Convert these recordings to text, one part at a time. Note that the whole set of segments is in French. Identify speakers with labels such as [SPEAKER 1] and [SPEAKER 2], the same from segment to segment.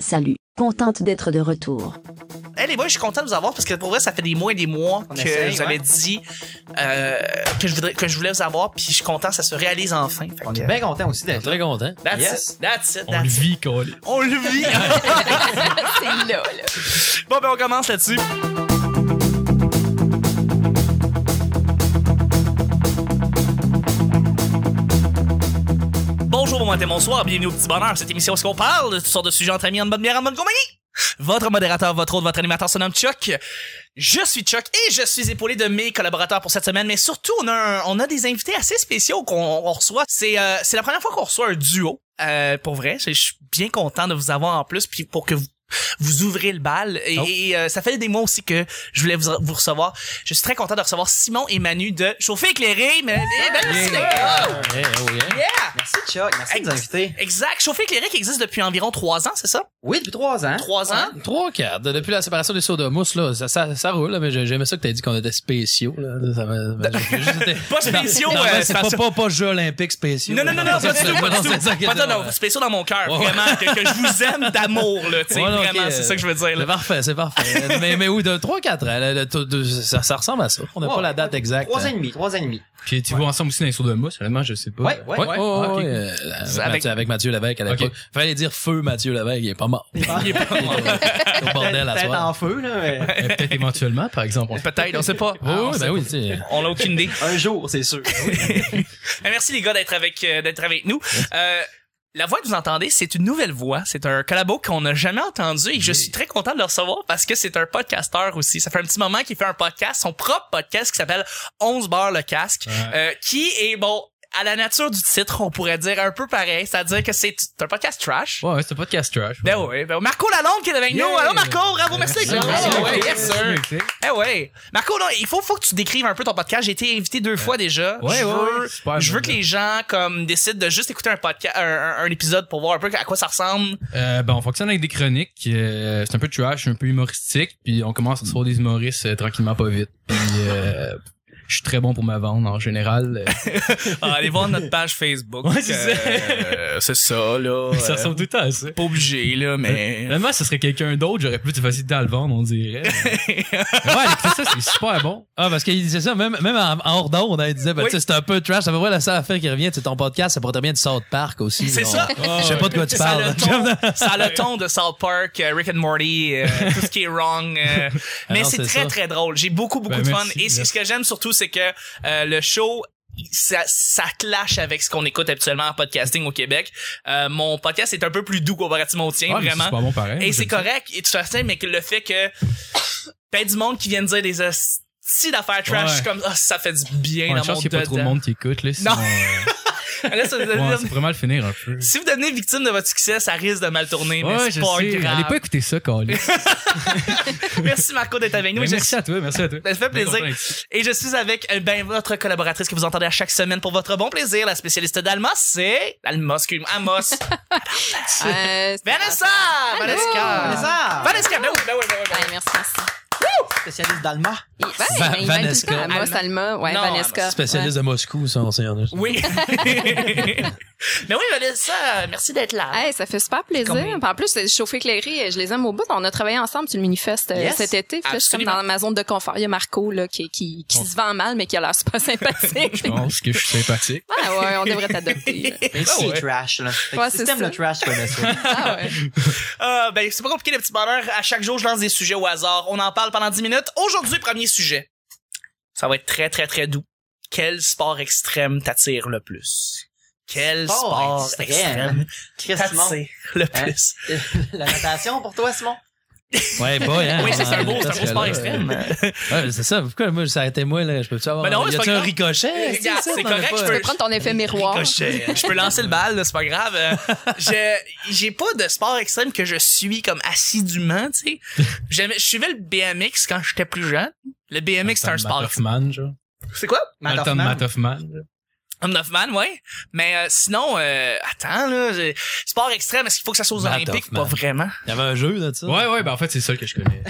[SPEAKER 1] Salut, contente d'être de retour.
[SPEAKER 2] Hey, les boys, je suis content de vous avoir parce que pour vrai, ça fait des mois et des mois
[SPEAKER 3] On
[SPEAKER 2] que
[SPEAKER 3] essaye,
[SPEAKER 2] je vous avais
[SPEAKER 3] ouais.
[SPEAKER 2] dit euh, que, je voudrais, que je voulais vous avoir, puis je suis content, ça se réalise enfin. Fait
[SPEAKER 3] On
[SPEAKER 2] que- ben,
[SPEAKER 3] est bien content aussi d'être là.
[SPEAKER 4] Très content.
[SPEAKER 2] That's
[SPEAKER 3] Yes.
[SPEAKER 2] it, that's it,
[SPEAKER 4] On le
[SPEAKER 2] that's it.
[SPEAKER 4] vit, Cole.
[SPEAKER 2] On le vit.
[SPEAKER 5] C'est là, là.
[SPEAKER 2] bon, ben, on commence là-dessus. Bonjour, bon matin, bonsoir, bienvenue au Petit Bonheur. Cette émission, où est-ce qu'on parle de toutes sortes de sujets entre amis, en bonne bière, en bonne compagnie. Votre modérateur, votre autre, votre animateur se nomme Chuck. Je suis Chuck et je suis épaulé de mes collaborateurs pour cette semaine, mais surtout, on a, un- on a des invités assez spéciaux qu'on on reçoit. C'est euh, c'est la première fois qu'on reçoit un duo, euh, pour vrai. Je je suis bien content de vous avoir en plus, puis pour que vous vous ouvrez le bal et,
[SPEAKER 4] Oh.
[SPEAKER 2] et, euh, ça fait des mois aussi que je voulais vous, vous recevoir. Je suis très content de recevoir Simon et Manu de Chauffer éclairé. Mais, eh ben, merci, les gars.
[SPEAKER 4] Eh, eh oui, hein?
[SPEAKER 2] Yeah!
[SPEAKER 3] Merci Chuck, merci de nous inviter.
[SPEAKER 2] Exact. Chauffer éclairé qui existe depuis environ trois ans, c'est ça?
[SPEAKER 3] Oui, depuis trois ans.
[SPEAKER 2] Trois ans?
[SPEAKER 4] Trois quarts. De- Depuis la séparation des sauts de mousse, là, ça, ça, ça roule, là, mais j'ai- j'aimais ça que t'as dit qu'on était spéciaux. Là. Ça m'a- j'ai- j'étais-
[SPEAKER 2] Pas spéciaux,
[SPEAKER 4] Non, non,
[SPEAKER 2] euh,
[SPEAKER 4] c'est pas,
[SPEAKER 2] spéciaux.
[SPEAKER 4] pas, pas jeux olympiques spéciaux.
[SPEAKER 2] Non, non, non, non, pas du tout, pas
[SPEAKER 4] Non,
[SPEAKER 2] du
[SPEAKER 4] c'est ça que
[SPEAKER 2] tout. Pas
[SPEAKER 4] c'est,
[SPEAKER 2] de- non,
[SPEAKER 4] ouais.
[SPEAKER 2] spéciaux dans mon cœur,
[SPEAKER 4] Ouais, ouais.
[SPEAKER 2] vraiment, que, que je vous aime d'amour, là, tu sais,
[SPEAKER 4] Ouais, non,
[SPEAKER 2] vraiment,
[SPEAKER 4] ok,
[SPEAKER 2] c'est
[SPEAKER 4] euh,
[SPEAKER 2] ça que je veux dire, là.
[SPEAKER 4] C'est parfait, c'est parfait. mais, mais oui, de 3-4 ans, là, le taux de- ça, ça ressemble à ça. On n'a
[SPEAKER 3] Ouais,
[SPEAKER 4] pas la date exacte.
[SPEAKER 3] Trois ans et demi, trois ans et demi.
[SPEAKER 6] Puis tu vois ensemble aussi dans les sourds de mousse, vraiment, Ah, je sais pas.
[SPEAKER 3] Ouais, ouais,
[SPEAKER 4] Ouais, ouais,
[SPEAKER 6] Ah, ok,
[SPEAKER 4] ouais,
[SPEAKER 6] cool.
[SPEAKER 4] euh, avec,
[SPEAKER 2] Avec-
[SPEAKER 4] Mathieu, avec Mathieu Lévesque à l'époque. Fallait dire feu Mathieu Lévesque, il est pas mort.
[SPEAKER 2] Il est pas mort.
[SPEAKER 4] Au bordel à
[SPEAKER 3] Peut-être
[SPEAKER 4] soir.
[SPEAKER 3] en feu, là, mais
[SPEAKER 6] Euh, Peut-être éventuellement, par exemple. on-
[SPEAKER 2] Peut-être, on sait pas.
[SPEAKER 4] Oui, oui, ben oui, tu sais.
[SPEAKER 2] On a aucune idée.
[SPEAKER 3] un jour, c'est sûr.
[SPEAKER 2] Mais Merci les gars d'être avec euh, d'être avec nous. Euh, la voix que vous entendez, c'est une nouvelle voix. C'est un collabo qu'on n'a jamais entendu et je suis très content de le recevoir parce que c'est un podcasteur aussi. Ça fait un petit moment qu'il fait un podcast, son propre podcast qui s'appelle 11 barres le casque, euh, qui est bon à la nature du titre, on pourrait dire un peu pareil, c'est-à-dire que c'est c'est un podcast trash.
[SPEAKER 6] Ouais, ouais, c'est un podcast trash.
[SPEAKER 2] Ben oui, ben Marco Lalonde qui est avec nous.
[SPEAKER 6] Yeah.
[SPEAKER 2] Allô Marco, bravo, merci d'être là.
[SPEAKER 6] Merci.
[SPEAKER 2] Ah ouais, yes, sir.
[SPEAKER 6] Merci, merci.
[SPEAKER 2] Eh ouais. Marco, non, il faut, faut que tu décrives un peu ton podcast. J'ai été invité deux fois déjà.
[SPEAKER 6] Ouais,
[SPEAKER 2] je
[SPEAKER 6] ouais,
[SPEAKER 2] veux,
[SPEAKER 6] ouais, super,
[SPEAKER 2] je veux
[SPEAKER 6] bonne
[SPEAKER 2] que les gens comme décident de juste écouter un podcast, un, un- un épisode pour voir un peu à quoi ça ressemble.
[SPEAKER 6] Euh, ben, on fonctionne avec des chroniques. euh, c'est un peu trash, un peu humoristique. Puis on commence à recevoir des humoristes euh, tranquillement, pas vite. Puis euh, je suis très bon pour ma vente en général. Euh,
[SPEAKER 2] Ah, allez voir notre page Facebook.
[SPEAKER 6] Ouais, c'est
[SPEAKER 2] Euh, c'est ça là.
[SPEAKER 6] ça
[SPEAKER 2] Euh,
[SPEAKER 6] ressemble tout le temps à ça.
[SPEAKER 2] pas obligé là, mais.
[SPEAKER 6] Vraiment, ce serait quelqu'un d'autre, j'aurais plus de facilité à le vendre, on dirait. Mais ouais, écoutez ça, c'est super bon.
[SPEAKER 4] Ah, parce qu'il disait ça, même, même en, en hors d'onde, hein, il disait, ben,
[SPEAKER 2] Oui.
[SPEAKER 4] tu sais, c'est un peu trash. Ça fait voir la seule affaire qui revient, c'est ton podcast, ça porte bien du South Park aussi.
[SPEAKER 2] C'est
[SPEAKER 4] là,
[SPEAKER 2] ça.
[SPEAKER 4] on- Je sais pas de quoi tu
[SPEAKER 2] ça a
[SPEAKER 4] parles.
[SPEAKER 2] le ton, ça a le ton de South Park, euh, Rick and Morty, euh, tout ce qui est wrong. euh, mais
[SPEAKER 4] Ah non,
[SPEAKER 2] c'est
[SPEAKER 4] c'est
[SPEAKER 2] très
[SPEAKER 4] ça.
[SPEAKER 2] très drôle. J'ai beaucoup beaucoup
[SPEAKER 6] Ben,
[SPEAKER 2] de fun.
[SPEAKER 6] merci,
[SPEAKER 2] Et ce- ce
[SPEAKER 6] merci.
[SPEAKER 2] que j'aime surtout, c'est que euh, le show. il- Ça, ça clash avec ce qu'on écoute habituellement en podcasting au Québec. Euh, mon podcast est un peu plus doux comparativement au tien,
[SPEAKER 6] Ouais, Ah, mais C'est
[SPEAKER 2] vraiment.
[SPEAKER 6] super bon pareil.
[SPEAKER 2] Et
[SPEAKER 6] J'aime
[SPEAKER 2] c'est
[SPEAKER 6] ça.
[SPEAKER 2] correct, et tout à fait, mais que le fait que ben du monde qui vient de dire des hosties d'affaires trash,
[SPEAKER 6] Ouais.
[SPEAKER 2] je suis comme Ah, ça fait du bien
[SPEAKER 6] Ouais,
[SPEAKER 2] dans
[SPEAKER 6] une chance
[SPEAKER 2] mon
[SPEAKER 6] qu'il n'y a pas trop de
[SPEAKER 2] dedans.
[SPEAKER 6] monde qui écoute, là. sinon, euh,
[SPEAKER 2] Là, ça-
[SPEAKER 6] ouais, c'est vraiment le finir un peu.
[SPEAKER 2] si vous devenez victime de votre succès, ça risque de mal tourner, mais c'est
[SPEAKER 6] Ouais, je
[SPEAKER 2] pas
[SPEAKER 6] sais. Allez
[SPEAKER 2] grave.
[SPEAKER 6] pas écouter ça, Carlis.
[SPEAKER 2] Merci Marco d'être avec nous.
[SPEAKER 6] Mais
[SPEAKER 2] Je
[SPEAKER 6] Ben, merci
[SPEAKER 2] suis-
[SPEAKER 6] à toi, merci à toi. Ben,
[SPEAKER 2] Ça fait
[SPEAKER 6] Bien
[SPEAKER 2] plaisir.
[SPEAKER 6] content d'être ici.
[SPEAKER 2] Et je suis avec euh, ben, votre collaboratrice que vous entendez à chaque semaine pour votre bon plaisir. La spécialiste d'Almos, c'est... Almos, excuse Amos.
[SPEAKER 5] Euh,
[SPEAKER 2] Vanessa!
[SPEAKER 5] c'est
[SPEAKER 3] Mais
[SPEAKER 2] Vanessa!
[SPEAKER 3] ça,
[SPEAKER 2] Vanessa! Ben oui, ben oui, ben oui, ben
[SPEAKER 5] Ah,
[SPEAKER 2] oui.
[SPEAKER 5] merci, merci.
[SPEAKER 3] spécialiste d'Alma.
[SPEAKER 5] Il- ouais,
[SPEAKER 4] Va-
[SPEAKER 5] mais il m'aide
[SPEAKER 4] Vanesca.
[SPEAKER 5] tout le temps. Amos,
[SPEAKER 2] Alma.
[SPEAKER 5] Alma, ouais,
[SPEAKER 2] Non,
[SPEAKER 5] Vanesca.
[SPEAKER 4] Spécialiste de Moscou, ça, on sait, on a-
[SPEAKER 2] Oui. Mais oui, Vanessa, merci d'être là.
[SPEAKER 5] Ouais. Hey, ça fait super plaisir.
[SPEAKER 2] Combien?
[SPEAKER 5] Puis En plus, c'est chauffé éclairé, je les aime au bout. On a travaillé ensemble sur le Minifest euh,
[SPEAKER 3] Yes,
[SPEAKER 5] cet été. Puis là, je suis comme
[SPEAKER 2] absolument.
[SPEAKER 5] dans ma zone de confort. Il y a Marco là, qui, qui, qui se vend mal, mais qui a l'air super sympathique.
[SPEAKER 6] Je pense que je suis sympathique.
[SPEAKER 5] ah ouais, on devrait t'adopter. là.
[SPEAKER 3] Mais
[SPEAKER 2] Ah
[SPEAKER 3] c'est
[SPEAKER 2] ouais.
[SPEAKER 3] trash, là. Fait que
[SPEAKER 5] Ouais,
[SPEAKER 3] si
[SPEAKER 5] c'est
[SPEAKER 3] t'aimes
[SPEAKER 5] ça.
[SPEAKER 3] le trash, tu connais ça.
[SPEAKER 5] Ah ouais.
[SPEAKER 2] Euh, ben, c'est pas compliqué, les petits bonheurs. À chaque jour, je lance des sujets au hasard. On en parle pendant 10 minutes. Aujourd'hui, premier sujet. Ça va être très, très, très doux. Quel sport extrême t'attire le plus? Quel
[SPEAKER 3] Sport
[SPEAKER 2] sport, extrême,
[SPEAKER 3] extrême Chris Simon.
[SPEAKER 2] t'attire le
[SPEAKER 3] Hein?
[SPEAKER 2] plus?
[SPEAKER 3] La natation pour toi, Simon.
[SPEAKER 4] Ouais, boy, hein.
[SPEAKER 2] Oui, ça, c'est un beau, c'est un
[SPEAKER 4] Parce
[SPEAKER 2] beau
[SPEAKER 4] que
[SPEAKER 2] sport
[SPEAKER 4] là,
[SPEAKER 2] extrême.
[SPEAKER 4] euh, Ouais, c'est ça. Pourquoi, moi, s'arrêtais moi, là? Je peux-tu avoir.
[SPEAKER 2] Ben non,
[SPEAKER 4] y
[SPEAKER 2] c'est pas
[SPEAKER 4] a-tu un
[SPEAKER 2] grave.
[SPEAKER 4] ricochet?
[SPEAKER 2] Regarde,
[SPEAKER 4] C'est ça,
[SPEAKER 2] c'est
[SPEAKER 4] t'en as
[SPEAKER 2] correct,
[SPEAKER 4] pas.
[SPEAKER 2] je
[SPEAKER 5] Tu peux prendre ton effet miroir.
[SPEAKER 2] Ricochet. Je peux lancer le bal, là, c'est pas grave. Euh, je, j'ai pas de sport extrême que je suis comme assidûment, tu sais. J'aimais- Je suivais le BMX quand
[SPEAKER 4] Ah,
[SPEAKER 2] j'étais plus jeune. Le BMX, c'est un sport.
[SPEAKER 6] Matt Hoffman, genre.
[SPEAKER 2] C'est quoi?
[SPEAKER 6] Alton Matt Hoffman.
[SPEAKER 2] Homme d'Hoffman, ouais. Mais euh, sinon, euh, attends, là, j'ai- sport extrême, est-ce qu'il faut que ça soit aux
[SPEAKER 4] Matt
[SPEAKER 2] Olympiques?
[SPEAKER 4] Hoffman.
[SPEAKER 2] Pas vraiment.
[SPEAKER 4] Il y avait un jeu de ça.
[SPEAKER 6] Ouais, ouais, ben en fait, c'est ça que je connais.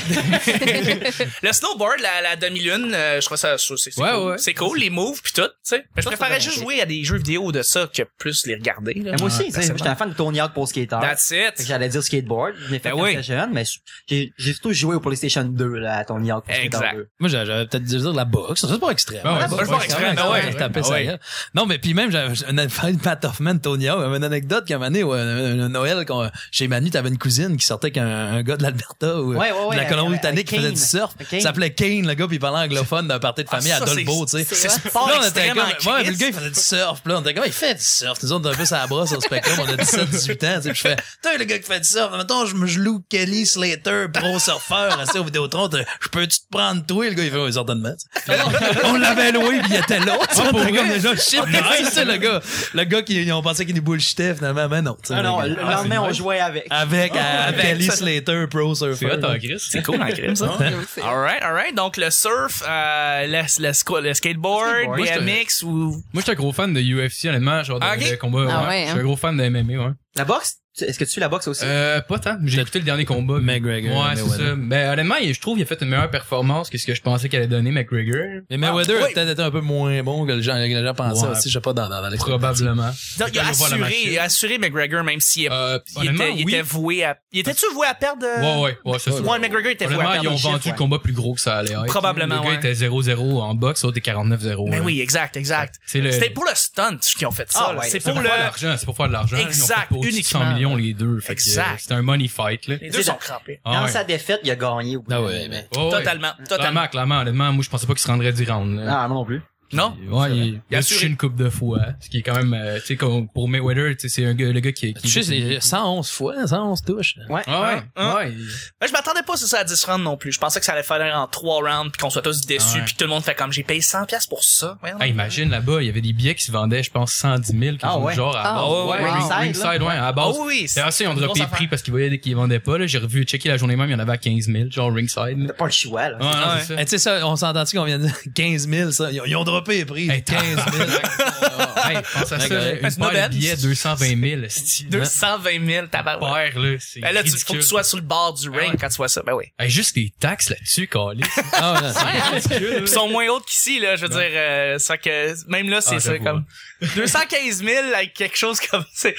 [SPEAKER 2] Le snowboard, la, la demi-lune, euh, je crois ça, c'est c'est
[SPEAKER 6] Ouais,
[SPEAKER 2] cool.
[SPEAKER 6] ouais.
[SPEAKER 2] C'est cool, les moves puis tout, tu sais. Mais je
[SPEAKER 3] Ça,
[SPEAKER 2] préférais
[SPEAKER 3] c'est vraiment
[SPEAKER 2] juste
[SPEAKER 3] cool.
[SPEAKER 2] jouer à des jeux vidéo de ça que plus les regarder. là.
[SPEAKER 3] Mais moi aussi, tu sais,
[SPEAKER 2] personnellement.
[SPEAKER 3] j'étais un fan de Tony Hawk pour skater.
[SPEAKER 2] That's
[SPEAKER 3] Fait que
[SPEAKER 2] it.
[SPEAKER 3] j'allais dire skateboard. Je l'ai fait
[SPEAKER 2] Ben
[SPEAKER 3] quand
[SPEAKER 2] oui.
[SPEAKER 3] j'étais jeune, mais j'ai j'ai surtout joué au PlayStation 2, là, à Tony Hawk pour
[SPEAKER 2] Exact.
[SPEAKER 3] skater 2.
[SPEAKER 4] Moi, j'avais- j'avais peut-être dû dire la boxe. Ça, c'est pas extrême.
[SPEAKER 6] Ah ouais,
[SPEAKER 4] La
[SPEAKER 6] c'est
[SPEAKER 4] boxe,
[SPEAKER 2] pas
[SPEAKER 4] c'est
[SPEAKER 2] extrême,
[SPEAKER 4] quand même
[SPEAKER 2] ouais,
[SPEAKER 4] extrême,
[SPEAKER 2] ouais,
[SPEAKER 4] taper
[SPEAKER 2] ouais.
[SPEAKER 4] sa gueule. hein. Non, mais puis même, j'avais une affaire de Pat Hoffman, Tony Hawk, une anecdote qu'à un moment donné, ouais, un, un Noël, qu'on- chez Manu, t'avais une cousine qui sortait avec un, un gars de l'Alberta ou
[SPEAKER 3] Ouais, ouais, ouais,
[SPEAKER 4] de la
[SPEAKER 3] avec-
[SPEAKER 4] Colombie-Britannique
[SPEAKER 3] avec
[SPEAKER 4] qui faisait du
[SPEAKER 3] Kane.
[SPEAKER 4] surf.
[SPEAKER 3] Avec Kane.
[SPEAKER 4] Il s'appelait Kane, le gars, puis il parlait anglophone d'un party de famille
[SPEAKER 2] Ah,
[SPEAKER 4] à
[SPEAKER 2] ça, c'est-
[SPEAKER 4] Dolbeau, tu sais.
[SPEAKER 2] c'est
[SPEAKER 4] Puis
[SPEAKER 2] sport
[SPEAKER 4] là, on était
[SPEAKER 2] extrême
[SPEAKER 4] comme,
[SPEAKER 2] en
[SPEAKER 4] ouais, puis le
[SPEAKER 2] Christ.
[SPEAKER 4] gars, il faisait du surf. Puis là, on était comme, il fait du surf. Nous autres, on était un peu sur la brosse au spectrum. On a 17, 18 ans, tu sais. Puis je fais, t'as le gars qui fait du surf. Mettons, je me je loue Kelly Slater, pro surfeur, assis au Vidéotron. t'as- Je peux-tu te prendre toi? Le gars, il fait, ouais, certainement. tu sais. on l'avait loué, puis il était là. tu sais, on était comme déjà, shit, Ah, nice, tu sais, le gars. Le gars qui, ils ont pensé qu'il nous bullshitait, finalement, mais non, tu sais,
[SPEAKER 3] Ah non,
[SPEAKER 4] le
[SPEAKER 3] le
[SPEAKER 4] gars.
[SPEAKER 3] lendemain, on
[SPEAKER 6] nice.
[SPEAKER 3] jouait avec.
[SPEAKER 4] Avec, euh,
[SPEAKER 2] avec
[SPEAKER 4] Kelly
[SPEAKER 2] ça.
[SPEAKER 4] Slater, pro
[SPEAKER 6] C'est
[SPEAKER 4] surfeur.
[SPEAKER 6] hot
[SPEAKER 2] Ah,
[SPEAKER 6] en Chris.
[SPEAKER 2] C'est cool en crime, ça. Alright, alright. Donc, le surf, euh, le, le, squa- le skateboard,
[SPEAKER 6] Moi, j'étais-
[SPEAKER 2] BMX ou...
[SPEAKER 6] Moi, j'étais un gros fan de UFC, honnêtement, genre de,
[SPEAKER 2] Ah, ok.
[SPEAKER 6] de combat.
[SPEAKER 5] Ah
[SPEAKER 6] ouais.
[SPEAKER 5] ouais,
[SPEAKER 6] Je
[SPEAKER 5] hein.
[SPEAKER 6] suis un gros fan de MMA, ouais.
[SPEAKER 3] La boxe, tu- est-ce que tu suis la boxe aussi?
[SPEAKER 6] Euh, pas tant. J'ai écouté le dernier combat.
[SPEAKER 4] McGregor,
[SPEAKER 6] Ouais, c'est
[SPEAKER 4] Mayweather.
[SPEAKER 6] ça. Ben, honnêtement, il- je trouve qu'il a fait une meilleure performance que ce que je pensais qu'elle allait donner, McGregor.
[SPEAKER 4] Mais Mayweather
[SPEAKER 2] Ah,
[SPEAKER 4] a
[SPEAKER 2] oui.
[SPEAKER 4] peut-être été un peu moins bon que le gens, que les gens pensaient
[SPEAKER 6] Ouais.
[SPEAKER 4] aussi. Je sais pas, dans, dans, dans les-
[SPEAKER 6] Probablement.
[SPEAKER 2] Donc, il a
[SPEAKER 6] Je vois la
[SPEAKER 2] assuré,
[SPEAKER 6] machine.
[SPEAKER 2] il a assuré McGregor, même s'il
[SPEAKER 6] Euh,
[SPEAKER 2] il
[SPEAKER 6] honnêtement,
[SPEAKER 2] était, il
[SPEAKER 6] oui.
[SPEAKER 2] était voué à... Il était-tu voué à perdre? euh,
[SPEAKER 6] Ouais, ouais, ouais, c'est ça.
[SPEAKER 2] Ouais, McGregor était voué à
[SPEAKER 6] Probablement,
[SPEAKER 2] perdre.
[SPEAKER 6] ils ont
[SPEAKER 2] le
[SPEAKER 6] vendu
[SPEAKER 2] chiffre, ouais.
[SPEAKER 6] le combat plus gros que ça allait être.
[SPEAKER 2] Probablement,
[SPEAKER 6] Le gars
[SPEAKER 2] ouais.
[SPEAKER 6] était 0-0 en boxe, l'autre était 49-0.
[SPEAKER 2] Mais
[SPEAKER 6] là.
[SPEAKER 2] Ben oui, exact, exact.
[SPEAKER 6] C'est le-
[SPEAKER 2] C'était pour le stunt qu'ils ont fait ça.
[SPEAKER 3] Ah
[SPEAKER 2] là.
[SPEAKER 3] ouais,
[SPEAKER 2] c'est
[SPEAKER 6] C'est
[SPEAKER 2] pour
[SPEAKER 6] pour
[SPEAKER 2] le...
[SPEAKER 6] faire de l'argent, c'est pour faire de l'argent.
[SPEAKER 2] Exact,
[SPEAKER 6] Ils ont fait pas au-dessus de
[SPEAKER 2] uniquement.
[SPEAKER 6] 100 millions les deux. Fait que,
[SPEAKER 2] Exact.
[SPEAKER 6] euh, C'était un money fight, là.
[SPEAKER 2] Les
[SPEAKER 3] C'est
[SPEAKER 2] deux sont
[SPEAKER 3] dans-
[SPEAKER 2] crampés.
[SPEAKER 3] Dans
[SPEAKER 6] Ah ouais.
[SPEAKER 3] sa défaite, il a gagné. au bout
[SPEAKER 4] Ah
[SPEAKER 3] de-
[SPEAKER 4] ouais, mais-
[SPEAKER 6] Ouais, ben, oh. Ah, ouais.
[SPEAKER 2] Totalement, totalement.
[SPEAKER 6] Clairement, clairement, honnêtement, moi, je pensais pas qu'il se rendrait 10 rounds, là.
[SPEAKER 3] Ah, moi non plus.
[SPEAKER 2] Non?
[SPEAKER 6] Ouais, il, il
[SPEAKER 2] Il a
[SPEAKER 6] a
[SPEAKER 2] assuré.
[SPEAKER 6] touché une coupe de fois, ce qui est quand même, euh, tu sais, comme pour Mayweather, tu sais, c'est un gars, le gars qui, qui
[SPEAKER 4] Ben, Tu sais, c'est 111 fois, 111 touches.
[SPEAKER 3] Ouais.
[SPEAKER 6] Ah ouais,
[SPEAKER 2] Hein?
[SPEAKER 6] ouais.
[SPEAKER 2] Ben, je m'attendais pas à ça à 10 rounds non plus. Je pensais que ça allait faire en 3 rounds puis qu'on soit tous déçus
[SPEAKER 6] Ouais.
[SPEAKER 2] puis tout le monde fait comme j'ai payé 100 pièces pour ça. Voyons.
[SPEAKER 6] Ah, imagine là-bas, il y avait des billets qui se vendaient, je pense, 110 000, quelque
[SPEAKER 3] Ah
[SPEAKER 6] chose
[SPEAKER 3] ouais.
[SPEAKER 6] du genre à la
[SPEAKER 5] Ah
[SPEAKER 6] base.
[SPEAKER 2] ouais,
[SPEAKER 6] Ring-
[SPEAKER 3] ringside, là.
[SPEAKER 6] ringside, ouais, à la
[SPEAKER 2] Ah
[SPEAKER 6] base.
[SPEAKER 2] oui, c'est
[SPEAKER 6] D'ailleurs, ça, ils ont
[SPEAKER 2] grosse
[SPEAKER 6] droppé les
[SPEAKER 2] affaire.
[SPEAKER 6] prix parce qu'ils voyaient qu'ils vendaient pas, là. J'ai revu, checké la journée même, il y en avait à 15 000, genre ringside. là.
[SPEAKER 3] T'as pas le choix, là.
[SPEAKER 6] Ouais, non,
[SPEAKER 2] Ah, ouais.
[SPEAKER 6] c'est ça.
[SPEAKER 4] Eh, tu sais, ça, on s'entend-tu qu'on vient de dire 15 000, ça? Ils ont, ils ont droppé les prix.
[SPEAKER 6] Hey, 15 000. hey, pense à ça,
[SPEAKER 4] D'accord.
[SPEAKER 6] là, une
[SPEAKER 2] Parce que
[SPEAKER 6] paire
[SPEAKER 2] Nobel-
[SPEAKER 6] de billets, 220 000, c'est
[SPEAKER 2] 220 000
[SPEAKER 6] ta
[SPEAKER 2] tabarouettes.
[SPEAKER 6] paire, là, c'est
[SPEAKER 2] Ben là, tu, faut que tu
[SPEAKER 6] ridicule. Ah
[SPEAKER 2] sois sur le bord du ring
[SPEAKER 6] ouais.
[SPEAKER 2] quand tu vois ça. Ben oui.
[SPEAKER 6] Hey, juste les taxes là-dessus, calé.
[SPEAKER 4] Ah, ouais, c'est-
[SPEAKER 2] Ils sont moins hautes qu'ici, là. Je veux dire, euh, ça que, même là, c'est
[SPEAKER 6] Ah,
[SPEAKER 2] ça,
[SPEAKER 6] j'avoue,
[SPEAKER 2] comme, 215 000 avec quelque chose comme, c'est,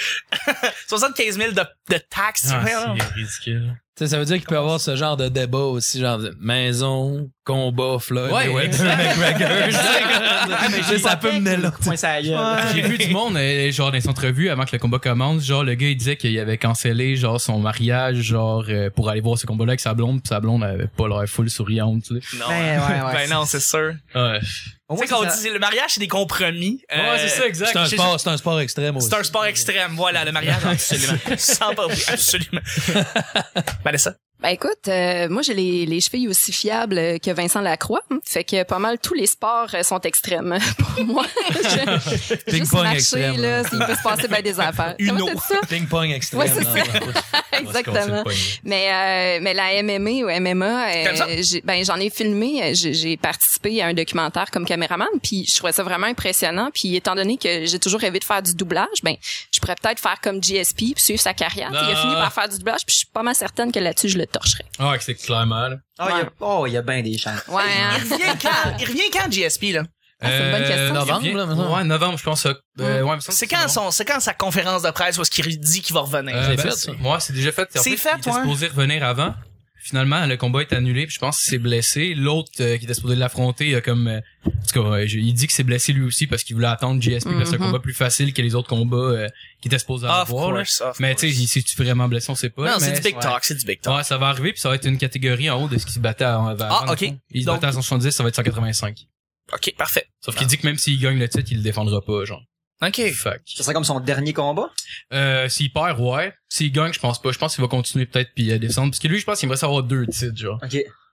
[SPEAKER 2] 75 000 de, de taxes.
[SPEAKER 6] Ah,
[SPEAKER 2] voyons.
[SPEAKER 6] c'est ridicule.
[SPEAKER 4] Tu sais, ça veut dire qu'il peut y avoir ce genre de débat aussi, genre de maison, combat, Floyd.
[SPEAKER 6] Ouais,
[SPEAKER 4] Mayweather, McGregor. Tu sais, ça peut mener là.
[SPEAKER 3] Point ça
[SPEAKER 6] J'ai vu du monde, euh, genre, dans les entrevues avant que le combat commence, genre, le gars, il disait qu'il avait cancellé, genre, son mariage, genre, euh, pour aller voir ce combat-là avec sa blonde, pis sa blonde avait pas l'air full souriante, tu sais.
[SPEAKER 2] Non.
[SPEAKER 3] Ben, ouais, ouais.
[SPEAKER 2] Ben non, c'est sûr.
[SPEAKER 3] Au
[SPEAKER 6] Ouais.
[SPEAKER 2] Tu
[SPEAKER 3] moins,
[SPEAKER 2] sais qu'on
[SPEAKER 3] ça-
[SPEAKER 2] dit, le mariage, c'est des compromis. Euh,
[SPEAKER 6] exact.
[SPEAKER 4] C'est un sport, c'est un sport extrême aussi.
[SPEAKER 2] C'est un sport extrême, voilà, le mariage, absolument. Sans pas, oui, absolument. Vanessa?
[SPEAKER 5] Ben écoute, euh, moi j'ai les, les chevilles aussi fiables euh, que Vincent Lacroix, hein. fait que pas mal tous les sports euh, sont extrêmes pour moi. Je- juste
[SPEAKER 4] Ping-pong
[SPEAKER 5] marcher
[SPEAKER 4] extrême,
[SPEAKER 5] là,
[SPEAKER 4] là.
[SPEAKER 5] il peut se passer bien des affaires.
[SPEAKER 2] Uno.
[SPEAKER 5] Comment t'as dit
[SPEAKER 4] Ping-pong extrême.
[SPEAKER 5] Ouais, c'est ça. ça? Exactement. Mais euh, mais la MMA ou MMA, euh,
[SPEAKER 2] T'aimes ça?
[SPEAKER 5] j'ai- ben j'en ai filmé, euh, j'ai j'ai participé à un documentaire comme caméraman, puis je trouvais ça vraiment impressionnant. Puis étant donné que j'ai toujours rêvé de faire du doublage, ben je pourrais peut-être faire comme GSP, puis suivre sa carrière. Puis Il a
[SPEAKER 6] Ah.
[SPEAKER 5] fini par faire du doublage, puis je suis pas mal certaine que là-dessus je le torcherais.
[SPEAKER 6] Ah, ouais, c'est clairement, là.
[SPEAKER 3] Ah, il y a- Oh, il y a bien des chances.
[SPEAKER 5] Ouais. hein?
[SPEAKER 2] Il revient quand, il revient quand, GSP, là?
[SPEAKER 5] Ah, c'est une bonne question.
[SPEAKER 4] novembre,
[SPEAKER 6] il revient-
[SPEAKER 4] là, me semble.
[SPEAKER 6] Ouais, Euh, novembre, je pense. euh, euh, ouais, me semble
[SPEAKER 2] C'est
[SPEAKER 6] que
[SPEAKER 2] quand
[SPEAKER 6] bon.
[SPEAKER 2] son, c'est quand sa conférence de presse où est-ce qu'il dit qu'il va revenir?
[SPEAKER 6] Euh,
[SPEAKER 4] J'ai
[SPEAKER 6] ben,
[SPEAKER 4] fait,
[SPEAKER 6] c'est-
[SPEAKER 4] ça.
[SPEAKER 6] Ouais, c'est déjà fait. En
[SPEAKER 2] hein. C'est fait,
[SPEAKER 6] Il était
[SPEAKER 2] ouais.
[SPEAKER 6] supposé revenir avant. Finalement, le combat est annulé, puis je pense qu'il s'est blessé. L'autre euh, qui était supposé l'affronter, il a comme... euh, en tout cas, euh, je- il dit qu'il s'est blessé lui aussi parce qu'il voulait attendre GSP, parce que c'est un
[SPEAKER 5] Mhm.
[SPEAKER 6] combat plus facile que les autres combats euh, qu'il était supposé
[SPEAKER 2] Mm-hmm. Of
[SPEAKER 6] avoir. là.
[SPEAKER 2] course, of
[SPEAKER 6] Mais
[SPEAKER 2] course.
[SPEAKER 6] tu sais, si tu vraiment blessé, on sait pas.
[SPEAKER 2] Non,
[SPEAKER 6] mais-
[SPEAKER 2] c'est du big
[SPEAKER 3] ouais.
[SPEAKER 2] talk, c'est du big talk.
[SPEAKER 6] Ouais, ça va arriver, puis ça va être une catégorie en haut de ce qui se battait avant.
[SPEAKER 2] Ah,
[SPEAKER 6] dans le
[SPEAKER 2] ok.
[SPEAKER 6] fond. Il se
[SPEAKER 2] Donc-
[SPEAKER 6] battait à 170, ça va être 185.
[SPEAKER 2] Ok, parfait.
[SPEAKER 6] Sauf qu'il dit que même s'il gagne le titre, il le défendra pas, genre.
[SPEAKER 2] Ok.
[SPEAKER 6] Fuck.
[SPEAKER 3] Ce serait comme son dernier combat.
[SPEAKER 6] Euh, s'il perd, ouais. S'il gagne, je pense pas. Je pense qu'il va continuer peut-être puis euh, descendre. Parce que lui, je pense qu'il aimerait savoir deux titres, genre.
[SPEAKER 3] OK.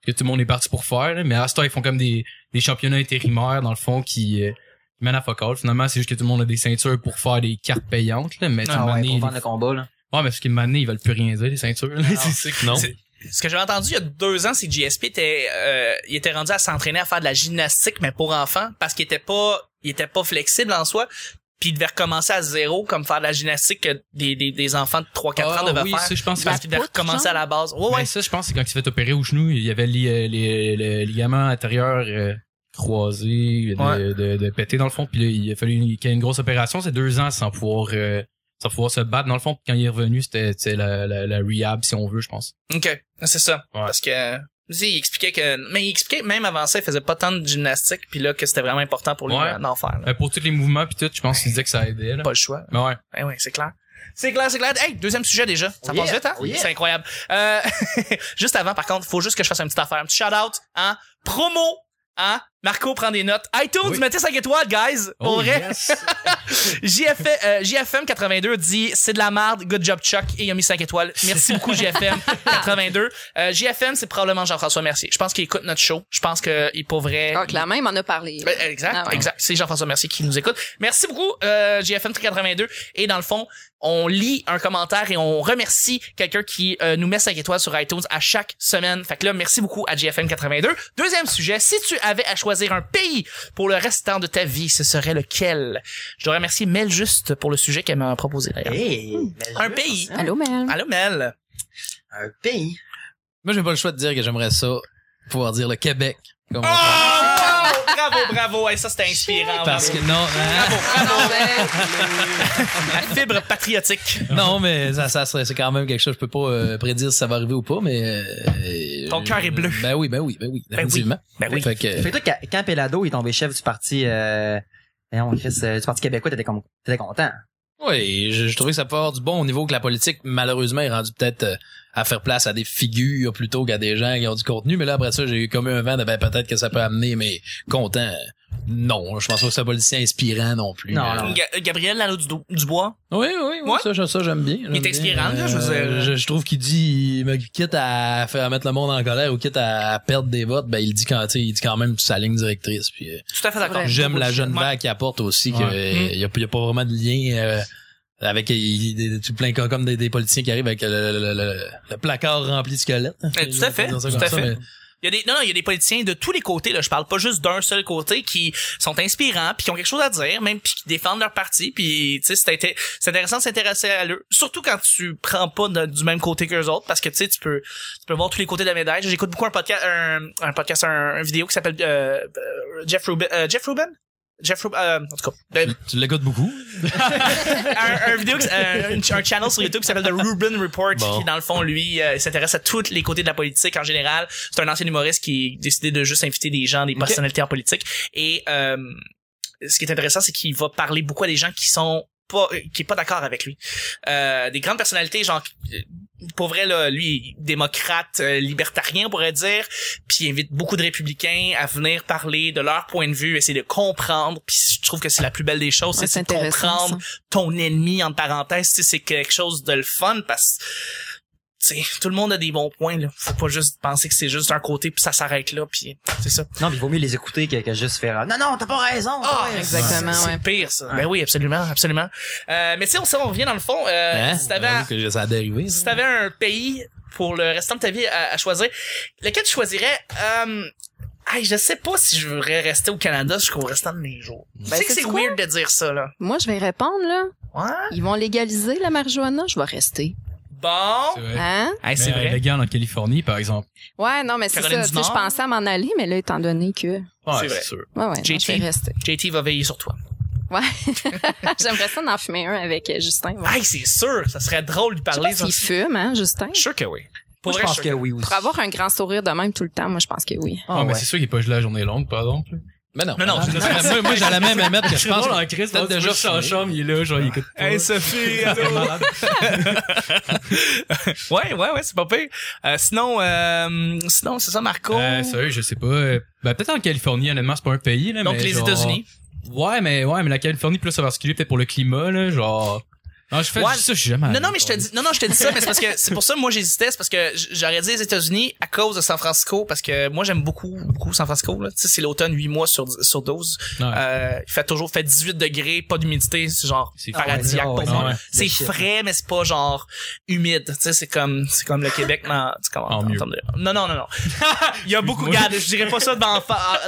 [SPEAKER 6] Que tout le monde est parti pour faire, là. Mais à ce temps, ils font comme des, des championnats intérimaires, dans le fond, qui, euh, qui mènent à fuck all. Finalement, c'est juste que tout le monde a des ceintures pour faire des cartes payantes, là. Mais tu sais,
[SPEAKER 3] Ah
[SPEAKER 6] une
[SPEAKER 3] ouais,
[SPEAKER 6] année,
[SPEAKER 3] pour
[SPEAKER 6] ils-
[SPEAKER 3] vendre le combat, là.
[SPEAKER 6] Ouais, mais parce qu'une année, ils veulent plus rien dire, les ceintures, là. C'est ça que non.
[SPEAKER 2] C'est- Ce que j'avais entendu il y a deux ans, c'est que GSP était, euh, il était rendu à s'entraîner à faire de la gymnastique, mais pour enfants, parce qu'il était pas il était pas flexible en soi. Puis il devait recommencer à zéro, comme faire de la gymnastique que des, des, des enfants de 3-4
[SPEAKER 6] Ah,
[SPEAKER 2] ans devaient
[SPEAKER 6] oui,
[SPEAKER 2] faire.
[SPEAKER 6] ça, je pense que
[SPEAKER 2] parce
[SPEAKER 6] c'est-
[SPEAKER 2] qu'il devait
[SPEAKER 5] poutre,
[SPEAKER 2] recommencer
[SPEAKER 5] genre?
[SPEAKER 2] à la base. Ouais, ouais.
[SPEAKER 6] Mais ça, je pense que c'est quand il s'est fait opérer au genou, il y avait les, euh, les, les ligaments antérieurs euh, croisés, de,
[SPEAKER 2] Ouais.
[SPEAKER 6] de, de péter dans le fond. Puis là, il a fallu une- qu'il y ait une grosse opération. C'est deux ans sans pouvoir, euh, sans pouvoir se battre. Dans le fond, Puis quand il est revenu, c'était c'était la, la, la rehab, si on veut, je pense.
[SPEAKER 2] OK, c'est ça.
[SPEAKER 6] Ouais.
[SPEAKER 2] Parce que euh, si, il expliquait que mais il expliquait même avant ça, il faisait pas tant de gymnastique puis là que c'était vraiment important pour lui
[SPEAKER 6] Ouais.
[SPEAKER 2] euh, d'en faire. là.
[SPEAKER 6] Euh, pour tous les mouvements, puis tout, je pense qu'il disait que ça aidait. Là.
[SPEAKER 2] Pas le choix.
[SPEAKER 6] Mais ouais.
[SPEAKER 2] Eh oui, c'est clair. C'est clair, c'est clair. Hey, deuxième sujet déjà. Ça
[SPEAKER 3] Oh
[SPEAKER 2] passe
[SPEAKER 3] yeah,
[SPEAKER 2] vite, hein?
[SPEAKER 3] oh yeah.
[SPEAKER 2] C'est incroyable. Euh, juste avant, par contre, faut juste que je fasse une petite affaire, un petit shout-out, hein? Promo, hein? Marco prend des notes. iTunes,
[SPEAKER 6] Oui.
[SPEAKER 2] mettez 5 étoiles, guys! Au
[SPEAKER 6] Oh,
[SPEAKER 2] vrai.
[SPEAKER 6] yes.
[SPEAKER 2] JF, euh, JFM82 dit c'est de la merde, good job Chuck, et il a mis 5 étoiles. Merci beaucoup JFM82. Euh, JFM, c'est probablement Jean-François Mercier. Je pense qu'il écoute notre show. Je pense qu'il pour vrai.
[SPEAKER 5] Ah, clairement, il m'en a parlé.
[SPEAKER 2] Ben, Exact,
[SPEAKER 5] Ah ouais.
[SPEAKER 2] exact. C'est Jean-François Mercier qui nous écoute. Merci beaucoup, euh, JFM82. Et dans le fond, on lit un commentaire et on remercie quelqu'un qui euh, nous met 5 étoiles sur iTunes à chaque semaine. Fait que là, merci beaucoup à JFM82. Deuxième sujet, si tu avais à choisir un pays pour le restant de ta vie, ce serait lequel? Je dois remercier Mel Juste pour le sujet qu'elle m'a proposé d'ailleurs.
[SPEAKER 3] Hey, mais
[SPEAKER 2] Un
[SPEAKER 3] là,
[SPEAKER 2] pays.
[SPEAKER 5] Allô, Mel?
[SPEAKER 2] Allô, Mel.
[SPEAKER 3] Un pays.
[SPEAKER 4] Moi, j'ai pas le choix de dire que j'aimerais ça, pouvoir dire le Québec. comme on
[SPEAKER 2] Oh!
[SPEAKER 4] parle.
[SPEAKER 2] bravo, bravo. Hey, ça, c'était inspirant.
[SPEAKER 4] Parce que
[SPEAKER 2] bravo.
[SPEAKER 4] non, hein,
[SPEAKER 2] Bravo, bravo. La
[SPEAKER 3] Le-
[SPEAKER 2] fibre patriotique.
[SPEAKER 4] non, mais ça, ça serait, c'est quand même quelque chose. Je peux pas euh, prédire si ça va arriver ou pas, mais euh,
[SPEAKER 2] Ton
[SPEAKER 4] euh,
[SPEAKER 2] cœur est bleu.
[SPEAKER 4] Ben oui, ben oui, ben oui,
[SPEAKER 2] Ben oui.
[SPEAKER 4] définitivement.
[SPEAKER 2] Ben oui.
[SPEAKER 4] Fait que,
[SPEAKER 3] Fait que toi, quand- quand Pelado est tombé chef du parti, euh, on Chris, euh, du parti québécois, t'étais con- t'étais content.
[SPEAKER 4] Oui, je, je trouvais que ça peut avoir du bon au niveau que la politique, malheureusement, est rendue peut-être euh, à faire place à des figures plutôt qu'à des gens qui ont du contenu. Mais là, après ça, j'ai eu comme eu un vent de ben, peut-être que ça peut amener, mais content. euh, Non, je pense pas que c'est un politicien inspirant non plus.
[SPEAKER 3] Non,
[SPEAKER 4] Euh,
[SPEAKER 3] non.
[SPEAKER 2] Ga- Gabriel Lalo du Dubois.
[SPEAKER 4] Oui, oui, oui,
[SPEAKER 2] Ouais.
[SPEAKER 4] ça, je- ça, j'aime bien. j'aime
[SPEAKER 2] est
[SPEAKER 4] bien. Euh,
[SPEAKER 2] inspirant, là, je veux dire.
[SPEAKER 4] Je, je trouve qu'il dit, il me- quitte à faire à mettre le monde en colère ou quitte à perdre des votes, ben il dit quand, tu sais, il dit quand même sa ligne directrice. Puis, euh,
[SPEAKER 2] Tout à fait d'accord.
[SPEAKER 5] Ouais.
[SPEAKER 4] J'aime la jeune
[SPEAKER 2] Ouais.
[SPEAKER 4] vague qui apporte aussi qu'il
[SPEAKER 6] Ouais. Hum.
[SPEAKER 4] n'y a, y a pas vraiment de lien euh, avec il- des- tout plein comme comme des, des politiciens qui arrivent avec le, le- le- le- le placard rempli de squelettes.
[SPEAKER 2] Eh, tout à fait,
[SPEAKER 4] Dire ça
[SPEAKER 2] tout
[SPEAKER 4] comme
[SPEAKER 2] à
[SPEAKER 4] ça,
[SPEAKER 2] fait.
[SPEAKER 4] mais-
[SPEAKER 2] Il y a des, non, non, il y a des politiciens de tous les côtés, là. Je parle pas juste d'un seul côté qui sont inspirants, puis qui ont quelque chose à dire, même puis qui défendent leur parti, puis tu sais, c'est inté- c'est intéressant de s'intéresser à eux. Surtout quand tu prends pas de- du même côté que les autres, parce que tu sais, tu peux, tu peux voir tous les côtés de la médaille. J'écoute beaucoup un podcast, un, un podcast, un, un vidéo qui s'appelle euh, euh, Jeff Rubin, euh, Jeff Rubin. Jeff Rubin, euh, en tout cas, ben,
[SPEAKER 4] Tu l'écoutes beaucoup.
[SPEAKER 2] un, un vidéo, qui- un, un- un channel sur YouTube qui s'appelle The Rubin Report,
[SPEAKER 4] Bon.
[SPEAKER 2] qui dans le fond lui euh, s'intéresse à tous les côtés de la politique en général. C'est un ancien humoriste qui a décidé de juste inviter des gens, des personnalités en politique. Et euh, ce qui est intéressant, c'est qu'il va parler beaucoup à des gens qui sont pas euh, qui est pas d'accord avec lui. Euh, des grandes personnalités, genre euh, pour vrai là, lui démocrate, euh, libertarien on pourrait dire, puis il invite beaucoup de républicains à venir parler de leur point de vue, essayer de comprendre. Puis je trouve que c'est la plus belle des choses,
[SPEAKER 5] Ouais,
[SPEAKER 2] c'est de
[SPEAKER 5] c'est intéressant,
[SPEAKER 2] comprendre ton ennemi en parenthèse, tu sais, c'est quelque chose de le fun parce tu sais, tout le monde a des bons points là. Faut pas juste penser que c'est juste un côté puis ça s'arrête là puis c'est ça.
[SPEAKER 3] Non, mais il vaut mieux les écouter que, que juste faire euh, Non, non, t'as pas raison.
[SPEAKER 2] Ah,
[SPEAKER 3] t'as pas raison.
[SPEAKER 5] Ah, exactement,
[SPEAKER 2] c'est
[SPEAKER 5] ouais.
[SPEAKER 2] c'est pire ça. Ben oui, absolument, absolument. Euh, mais si on, si on revient dans le fond, euh,
[SPEAKER 4] Hein?
[SPEAKER 2] si t'avais
[SPEAKER 4] J'avoue que ça a dérivé.
[SPEAKER 2] si
[SPEAKER 4] ça.
[SPEAKER 2] t'avais un pays pour le restant de ta vie à, à choisir, lequel tu choisirais euh, hey, je sais pas si je voudrais rester au Canada jusqu'au restant de mes jours. je sais que
[SPEAKER 5] Ben, c'est
[SPEAKER 2] c'est
[SPEAKER 5] quoi?
[SPEAKER 2] weird de dire ça là.
[SPEAKER 5] Moi, je vais répondre, là.
[SPEAKER 2] Ouais.
[SPEAKER 5] Ils vont légaliser la marijuana, je vais rester.
[SPEAKER 6] C'est
[SPEAKER 2] Bon.
[SPEAKER 6] vrai.
[SPEAKER 5] Hein?
[SPEAKER 2] Hey, Ah, c'est
[SPEAKER 6] Mais, euh,
[SPEAKER 2] vrai.
[SPEAKER 6] Légal en Californie, par exemple.
[SPEAKER 5] Ouais, non, mais c'est
[SPEAKER 2] Caroline
[SPEAKER 5] ça.
[SPEAKER 2] du
[SPEAKER 5] Tu sais, Je
[SPEAKER 2] Nord.
[SPEAKER 5] pensais à m'en aller, mais là, étant donné que...
[SPEAKER 6] Ouais,
[SPEAKER 2] C'est vrai.
[SPEAKER 6] Ah, sûr.
[SPEAKER 5] Ouais, ouais, non,
[SPEAKER 2] JT.
[SPEAKER 5] je vais rester.
[SPEAKER 2] JT va veiller sur toi.
[SPEAKER 5] J'aimerais ça en fumer un avec euh, Justin. ouais.
[SPEAKER 2] Hey, c'est sûr, ça serait drôle de
[SPEAKER 5] Je sais
[SPEAKER 2] parler.
[SPEAKER 5] pas
[SPEAKER 2] ça.
[SPEAKER 5] s'il fume, hein, Justin?
[SPEAKER 2] Je suis sûr que oui. Pour
[SPEAKER 3] Moi, je
[SPEAKER 2] vrai,
[SPEAKER 3] pense
[SPEAKER 2] je suis
[SPEAKER 3] que oui aussi.
[SPEAKER 5] Pour avoir un grand sourire de même tout le temps, moi, je pense que oui.
[SPEAKER 3] Ah,
[SPEAKER 6] Ah, mais
[SPEAKER 3] ouais.
[SPEAKER 6] c'est sûr qu'il est pas gelé la journée longue, par exemple.
[SPEAKER 4] Mais non.
[SPEAKER 2] Non, non, je te
[SPEAKER 4] Ah, moi, moi, j'allais même émettre que je pense.
[SPEAKER 6] en crise,
[SPEAKER 4] peut-être déjà
[SPEAKER 6] je suis en
[SPEAKER 4] fumé.
[SPEAKER 6] chambre, il est là, genre, il
[SPEAKER 2] Bah,
[SPEAKER 6] écoute. pas.
[SPEAKER 2] Sophie! ouais, ouais, ouais, c'est pas pire. Euh, sinon, euh, sinon, c'est ça, Marco.
[SPEAKER 6] Euh, sérieux, je sais pas. Euh, Ben, peut-être en Californie, honnêtement, c'est pas un pays, là.
[SPEAKER 2] Donc,
[SPEAKER 6] mais
[SPEAKER 2] les
[SPEAKER 6] genre-
[SPEAKER 2] États-Unis.
[SPEAKER 6] Ouais, mais, ouais, mais la Californie, plus ça va basculer peut-être pour le climat, là, genre. Non, je fais
[SPEAKER 2] Ouais.
[SPEAKER 6] ça, je suis jamais.
[SPEAKER 2] Non,
[SPEAKER 6] allé.
[SPEAKER 2] non, mais je te dis, non, non, je te dis ça, mais c'est parce que, c'est pour ça, moi, j'hésitais, c'est parce que j- j'aurais dit les États-Unis à cause de San Francisco, parce que moi, j'aime beaucoup, beaucoup San Francisco, là. Tu sais, c'est l'automne, 8 mois sur, sur 12.
[SPEAKER 6] Ouais.
[SPEAKER 2] Euh, il fait toujours, fait 18 degrés, pas d'humidité, c'est genre
[SPEAKER 6] C'est
[SPEAKER 2] paradisiaque
[SPEAKER 3] frais.
[SPEAKER 2] pour
[SPEAKER 6] Ah
[SPEAKER 2] moi.
[SPEAKER 6] ouais.
[SPEAKER 2] C'est
[SPEAKER 3] Le shit.
[SPEAKER 2] frais, mais c'est pas genre humide. Tu sais, c'est comme, c'est comme le Québec, mais tu sais, comment-
[SPEAKER 6] En
[SPEAKER 2] en
[SPEAKER 6] mieux.
[SPEAKER 2] termes de- Non, non, non, non. il y a beaucoup,
[SPEAKER 6] Excuse-moi.
[SPEAKER 2] regarde, je dirais pas ça devant,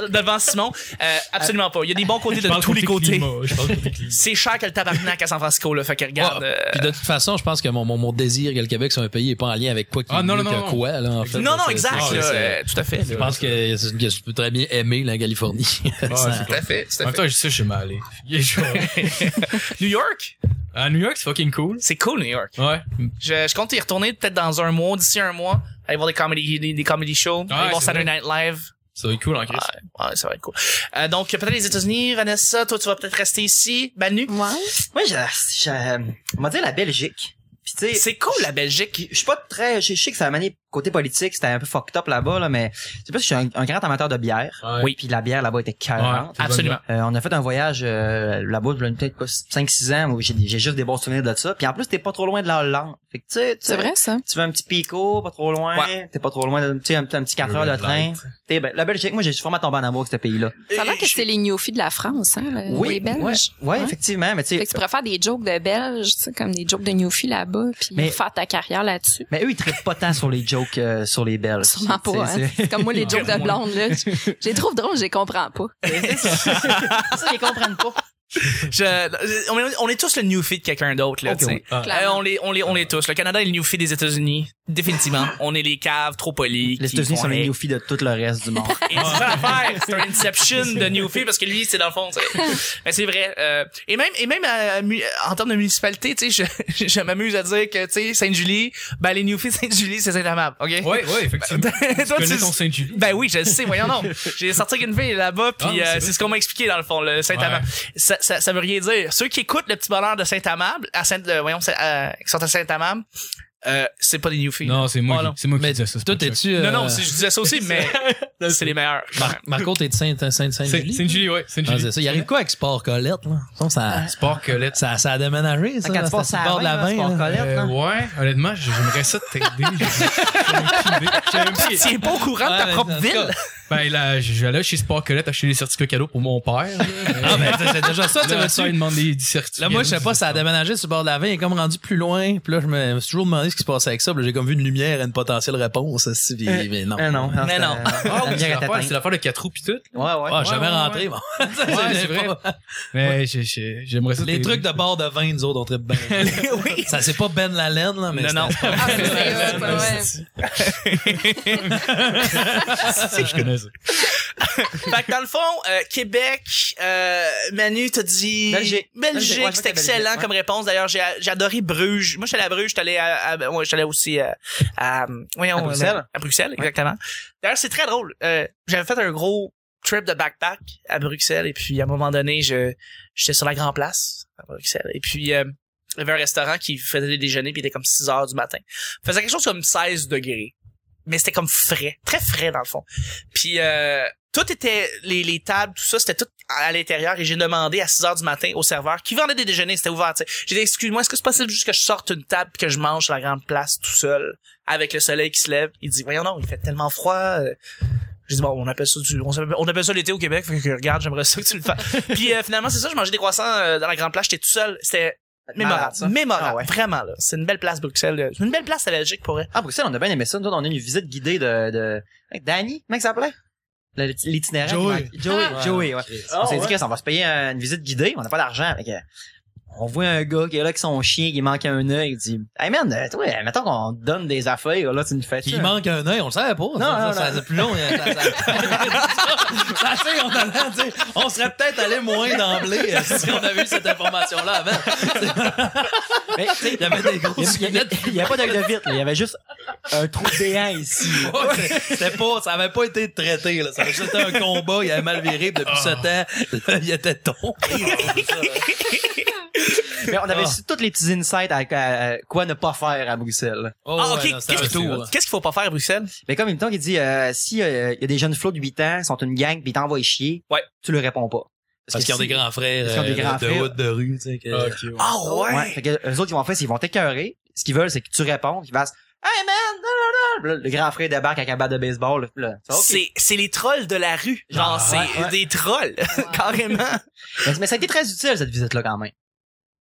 [SPEAKER 2] devant Simon. Euh, absolument pas. Il y a des bons côtés
[SPEAKER 6] Je
[SPEAKER 2] de
[SPEAKER 6] parle
[SPEAKER 2] tous les
[SPEAKER 6] côté
[SPEAKER 2] côtés.
[SPEAKER 6] climat, Je parle côté climat.
[SPEAKER 2] C'est cher que le tabarnak à San Francisco, là. Fait que regarde.
[SPEAKER 4] Ouais.
[SPEAKER 2] euh,
[SPEAKER 4] Puis de toute façon, je pense que mon, mon, mon désir que le Québec soit un pays est pas en lien avec quoi qu'il
[SPEAKER 6] Ah, non,
[SPEAKER 4] mieux
[SPEAKER 6] non,
[SPEAKER 4] que
[SPEAKER 6] non,
[SPEAKER 4] quoi, là, en fait.
[SPEAKER 2] euh, Non,
[SPEAKER 4] Là,
[SPEAKER 2] non,
[SPEAKER 4] c'est-
[SPEAKER 2] exact.
[SPEAKER 4] c'est-
[SPEAKER 2] là,
[SPEAKER 4] c'est-
[SPEAKER 2] euh, tout à fait.
[SPEAKER 4] Je
[SPEAKER 2] là.
[SPEAKER 4] pense que, c'est- que je peux très bien aimer la Californie.
[SPEAKER 6] Ouais, c'est
[SPEAKER 2] Tout à fait, tout
[SPEAKER 6] En
[SPEAKER 2] à fait.
[SPEAKER 6] même temps, je sais, je suis mal allé. Il est chaud.
[SPEAKER 2] New York,
[SPEAKER 6] À New York, c'est fucking cool.
[SPEAKER 2] c'est cool, New York.
[SPEAKER 6] Ouais.
[SPEAKER 2] Je, je compte y retourner peut-être dans un mois, d'ici un mois. Aller voir des comedy, des, des comedy shows.
[SPEAKER 6] Ouais,
[SPEAKER 2] aller voir
[SPEAKER 6] c'est
[SPEAKER 2] Saturday Night Live.
[SPEAKER 6] Ça va être cool hein. en Christ.
[SPEAKER 2] Ouais, ouais, ça va être cool. Euh, donc, peut-être les États-Unis, Vanessa, toi, tu vas peut-être rester ici. Manu,
[SPEAKER 3] Moi, je, je- on va dire la Belgique. Puis tu sais,
[SPEAKER 2] c'est cool, la Belgique.
[SPEAKER 3] je suis pas très, je sais que ça a mené côté politique, c'était un peu fucked up là-bas, là, mais c'est parce que je suis un, un grand amateur de bière.
[SPEAKER 6] Ouais.
[SPEAKER 2] Oui.
[SPEAKER 3] Puis la bière là-bas était
[SPEAKER 6] Ouais.
[SPEAKER 3] cœurante.
[SPEAKER 2] Absolument.
[SPEAKER 3] Euh, on a fait un voyage euh, là-bas, il y a peut-être 5-6 ans, où j'ai des- j'ai juste des bons souvenirs de ça. Puis en plus, t'es pas trop loin de la Hollande. Fait que tu sais, tu
[SPEAKER 5] C'est
[SPEAKER 3] sais,
[SPEAKER 5] vrai, ça?
[SPEAKER 3] Tu veux un petit pico, pas trop loin. T'es pas trop loin, de- tu sais, un, petit- un petit 4
[SPEAKER 6] Le
[SPEAKER 3] heures de
[SPEAKER 6] Red
[SPEAKER 3] train.
[SPEAKER 6] Light.
[SPEAKER 3] T'es, ben, la Belgique, moi, j'ai vraiment tombé en amour avec ce pays-là.
[SPEAKER 5] Ça a l'air que c'est les gnophies de la France, hein, le- les
[SPEAKER 3] ouais,
[SPEAKER 5] Belges.
[SPEAKER 3] ouais,
[SPEAKER 5] Ouais.
[SPEAKER 3] effectivement, mais tu
[SPEAKER 5] Fait que
[SPEAKER 3] sais,
[SPEAKER 5] tu pourrais faire des jokes de Belges, tu sais, comme des jokes de gnophies là-bas, puis
[SPEAKER 3] Mais-
[SPEAKER 5] faire ta carrière là-dessus.
[SPEAKER 3] mais eux, ils trippent pas tant sur les jokes euh, sur les Belges.
[SPEAKER 5] Sûrement pas,
[SPEAKER 3] C'est-
[SPEAKER 5] hein. C'est comme moi, les jokes de
[SPEAKER 2] Ouais.
[SPEAKER 5] blonde, là. Je les trouve drôles, je les comprends pas.
[SPEAKER 3] c'est- Ça, ils comprennent pas.
[SPEAKER 2] Je- euh, on, est, on est tous le new feed de quelqu'un d'autre, là,
[SPEAKER 3] Ok,
[SPEAKER 2] tu sais.
[SPEAKER 3] oui.
[SPEAKER 6] Ah.
[SPEAKER 2] Euh,
[SPEAKER 5] Clairement.
[SPEAKER 2] on les, on les, on les tous. Le Canada est le new feed des États-Unis. Définitivement. on est les caves trop polies.
[SPEAKER 3] Les
[SPEAKER 2] qui
[SPEAKER 3] États-Unis
[SPEAKER 2] font
[SPEAKER 3] sont les
[SPEAKER 2] rien.
[SPEAKER 3] newfies de tout le reste du monde.
[SPEAKER 2] Et c'est ça l'affaire, c'est un inception de Newfield parce que lui, c'est dans le fond. tu sais. Mais c'est vrai. euh, et même, et même à- à mu- en termes de municipalité, tu sais, je, je m'amuse à dire que tu sais, Sainte-Julie, ben les Newfield Sainte-Julie, c'est Saint-Amable, ok?
[SPEAKER 6] Ah. Ouais, ouais, effectivement.
[SPEAKER 2] Toi,
[SPEAKER 6] Ben, Tu connais
[SPEAKER 2] tu-
[SPEAKER 6] ton Saint-Julie?
[SPEAKER 2] Ben oui, je le sais, voyons non. J'ai sorti avec une fille là-bas,
[SPEAKER 6] Ah,
[SPEAKER 2] puis
[SPEAKER 6] c'est
[SPEAKER 2] euh,
[SPEAKER 6] vrai.
[SPEAKER 2] c'est ce qu'on m'a expliqué dans le fond, le Saint-Amable. Ça, ça, ça veut rien dire. Ceux qui écoutent le petit bonheur de Saint-Amable, à Saint, euh, voyons, c'est- euh, qui sont à Saint-Amable, euh, c'est pas des Newfield.
[SPEAKER 6] Non, c'est
[SPEAKER 2] Oh,
[SPEAKER 6] moi,
[SPEAKER 2] non.
[SPEAKER 6] qui- c'est moi qui
[SPEAKER 4] Mais
[SPEAKER 6] disais ça. c'est
[SPEAKER 4] Toi,
[SPEAKER 6] pas Chuck.
[SPEAKER 4] t'es-tu, euh,
[SPEAKER 2] non, non, c'est- je disais ça aussi, mais c'est les meilleurs.
[SPEAKER 4] Mar- Marco, t'es de Sainte- Sainte-
[SPEAKER 6] Saint-
[SPEAKER 4] Sainte-Julie?
[SPEAKER 6] Saint-Julie, ouais.
[SPEAKER 4] Ah,
[SPEAKER 6] Saint-Julie.
[SPEAKER 4] c'est ça. Il arrive quoi avec Sport Colette, là? Ça, ça,
[SPEAKER 6] Sport Colette.
[SPEAKER 4] ça, ça a déménagé, ça.
[SPEAKER 3] Quand tu
[SPEAKER 4] là,
[SPEAKER 3] passes
[SPEAKER 4] c'est
[SPEAKER 3] à
[SPEAKER 4] le bord de la
[SPEAKER 3] vingt, là,
[SPEAKER 4] vingt,
[SPEAKER 3] c'est
[SPEAKER 4] là.
[SPEAKER 3] pas
[SPEAKER 6] Euh, ouais, honnêtement, j- j'aimerais ça t'aider. J'ai un petit-
[SPEAKER 2] Tu es pas au courant de ta
[SPEAKER 4] Ouais, mais
[SPEAKER 2] propre
[SPEAKER 4] en tout cas,
[SPEAKER 2] ville.
[SPEAKER 6] Ben là, j'allais chez Sport Colette acheter des certificats cadeaux pour mon père.
[SPEAKER 4] Ah, ben, c'est- c'est déjà ça, tu
[SPEAKER 6] Là, ça, il
[SPEAKER 4] vois.
[SPEAKER 6] demande des des certificats.
[SPEAKER 4] Là, moi, je sais pas, ça a déménagé sur le bord de la vingt, il est comme rendu plus loin. Puis là, je me me suis toujours demandé ce qui se passait avec ça. Puis là, j'ai comme vu une lumière et une potentielle réponse. aussi, puis-
[SPEAKER 3] Euh,
[SPEAKER 4] mais non.
[SPEAKER 3] Mais non.
[SPEAKER 2] Mais non.
[SPEAKER 6] Ah oui, c'est
[SPEAKER 3] est
[SPEAKER 6] l'affaire- c'est l'affaire de 4 roues pis tout.
[SPEAKER 3] Ouais, ouais.
[SPEAKER 4] Ah, jamais
[SPEAKER 6] ouais, ouais.
[SPEAKER 4] rentré, bon. Ça,
[SPEAKER 6] Ouais, c'est
[SPEAKER 4] j'ai
[SPEAKER 6] vrai.
[SPEAKER 4] pas-
[SPEAKER 6] Mais j'ai- j'ai- j'aimerais ça
[SPEAKER 4] Les
[SPEAKER 6] t'aider.
[SPEAKER 4] trucs de bord de vin, nous autres, on tripe bien.
[SPEAKER 2] oui.
[SPEAKER 4] Ça, c'est pas Ben Lalaine, là, mais.
[SPEAKER 2] Non,
[SPEAKER 4] c'est-
[SPEAKER 2] non.
[SPEAKER 5] Ah, c'est hot, ouais.
[SPEAKER 6] Ça, je connais ça.
[SPEAKER 2] Fait que dans le fond, euh, Québec, euh, Manu, t'as dit...
[SPEAKER 3] Belgique. Belgique, ouais,
[SPEAKER 2] Belgique, c'est
[SPEAKER 3] Belgique,
[SPEAKER 2] excellent
[SPEAKER 3] ouais.
[SPEAKER 2] comme réponse. D'ailleurs, j'ai j'ai adoré Bruges. Moi, j'étais à Bruges, j'étais allé à, à- ouais, j'étais allé aussi à, à, voyons, euh,
[SPEAKER 3] À Bruxelles.
[SPEAKER 2] à Bruxelles, exactement. D'ailleurs, c'est très drôle. Euh, J'avais fait un gros trip de backpack à Bruxelles et puis à un moment donné, je j'étais sur la Grand Place à Bruxelles et puis euh, il y avait un restaurant qui faisait des déjeuners puis il était comme 6 heures du matin. Il faisait quelque chose comme 16 degrés. Mais c'était comme frais, très frais dans le fond. Puis euh, tout était les, les tables, tout ça, c'était tout à l'intérieur et j'ai demandé à 6 heures du matin au serveur qui vendait des déjeuners, c'était ouvert, tu sais. J'ai dit excuse-moi, est-ce que c'est possible juste que je sorte une table puis que je mange sur la grande place tout seul avec le soleil qui se lève Il dit voyons non, il fait tellement froid. euh. J'ai dit bon, on appelle ça du on, s'appelle- on appelle ça l'été au Québec, fait que regarde, j'aimerais ça que tu le fasses. puis euh, finalement, c'est ça, je mangeais des croissants euh, dans la grande place, j'étais tout seul, c'était mémorable,
[SPEAKER 3] Malade, ça.
[SPEAKER 2] mémorable,
[SPEAKER 3] Ah ouais.
[SPEAKER 2] vraiment là. C'est une belle place Bruxelles, euh. c'est une belle place à la Belgique pour vrai.
[SPEAKER 3] Ah, Bruxelles, on a bien aimé ça. Nous, autres, on a eu une visite guidée de, de... Hey, Danny, comment il s'appelait? Le- L'itinéraire.
[SPEAKER 4] Joey.
[SPEAKER 3] qui va- Joey,
[SPEAKER 4] Ah.
[SPEAKER 3] Joey, ouais.
[SPEAKER 4] Ah,
[SPEAKER 3] on s'est
[SPEAKER 4] ouais.
[SPEAKER 3] dit qu'on va se payer un- une visite guidée, on n'a pas d'argent. Fait que, on voit un gars qui est là avec son chien, qui manque un œil, il dit, hey man, euh, toi, mettons qu'on te donne des affaires, là, tu nous fais
[SPEAKER 4] Il manque un œil, on le savait pas. Non, ça,
[SPEAKER 3] non,
[SPEAKER 4] ça,
[SPEAKER 3] non.
[SPEAKER 4] c'est plus long. hein, Ça, ça, ça, ça, on, en- tu sais, on serait peut-être allé moins d'emblée euh, si on avait eu cette information-là avant.
[SPEAKER 3] Mais, tu sais,
[SPEAKER 4] Il y avait des grosses
[SPEAKER 3] il y avait- il y avait pas d'œil de vitre, là, il y avait juste un trou béant ici. là.
[SPEAKER 4] Ouais, c'est- C'était pas, ça avait pas été traité, là. Ça avait juste été un combat, il avait mal viré, puis depuis ce temps, il était tombé.
[SPEAKER 3] Mais on avait
[SPEAKER 4] Ah.
[SPEAKER 3] su tous les petits insights à, à- à quoi ne pas faire à Bruxelles.
[SPEAKER 4] Oh,
[SPEAKER 2] ah
[SPEAKER 4] ouais,
[SPEAKER 2] OK,
[SPEAKER 4] non, c'était
[SPEAKER 2] qu'est-ce
[SPEAKER 4] un tour.
[SPEAKER 2] qu'il- qu'est-ce qu'il faut pas faire à Bruxelles
[SPEAKER 3] Mais comme il me qu'il dit, euh, si euh, il y a des jeunes flots de 8 ans, sont une gang, puis ils t'envoient chier,
[SPEAKER 2] Ouais.
[SPEAKER 3] tu leur réponds pas.
[SPEAKER 4] Parce qu'ils ont des grands frères,
[SPEAKER 3] Parce qu'ils ont des
[SPEAKER 4] euh,
[SPEAKER 3] grands
[SPEAKER 4] de
[SPEAKER 3] frères.
[SPEAKER 4] haute de rue, tu sais. que-
[SPEAKER 2] Ah ouais!
[SPEAKER 3] Ouais. Fait que eux autres, ils vont faire, c'est qu'ils vont t'écœurer. Ce qu'ils veulent, c'est que tu répondes, qu'ils fassent, hey man, non, non, non. Là, Le grand frère débarque avec un bat de baseball, là. Ça, ok.
[SPEAKER 2] C'est, c'est les trolls de la rue. Genre,
[SPEAKER 3] Ah,
[SPEAKER 2] c'est
[SPEAKER 3] ouais, Ah, ouais.
[SPEAKER 2] des trolls, carrément.
[SPEAKER 3] Mais, mais ça a été très utile, cette visite-là, quand même.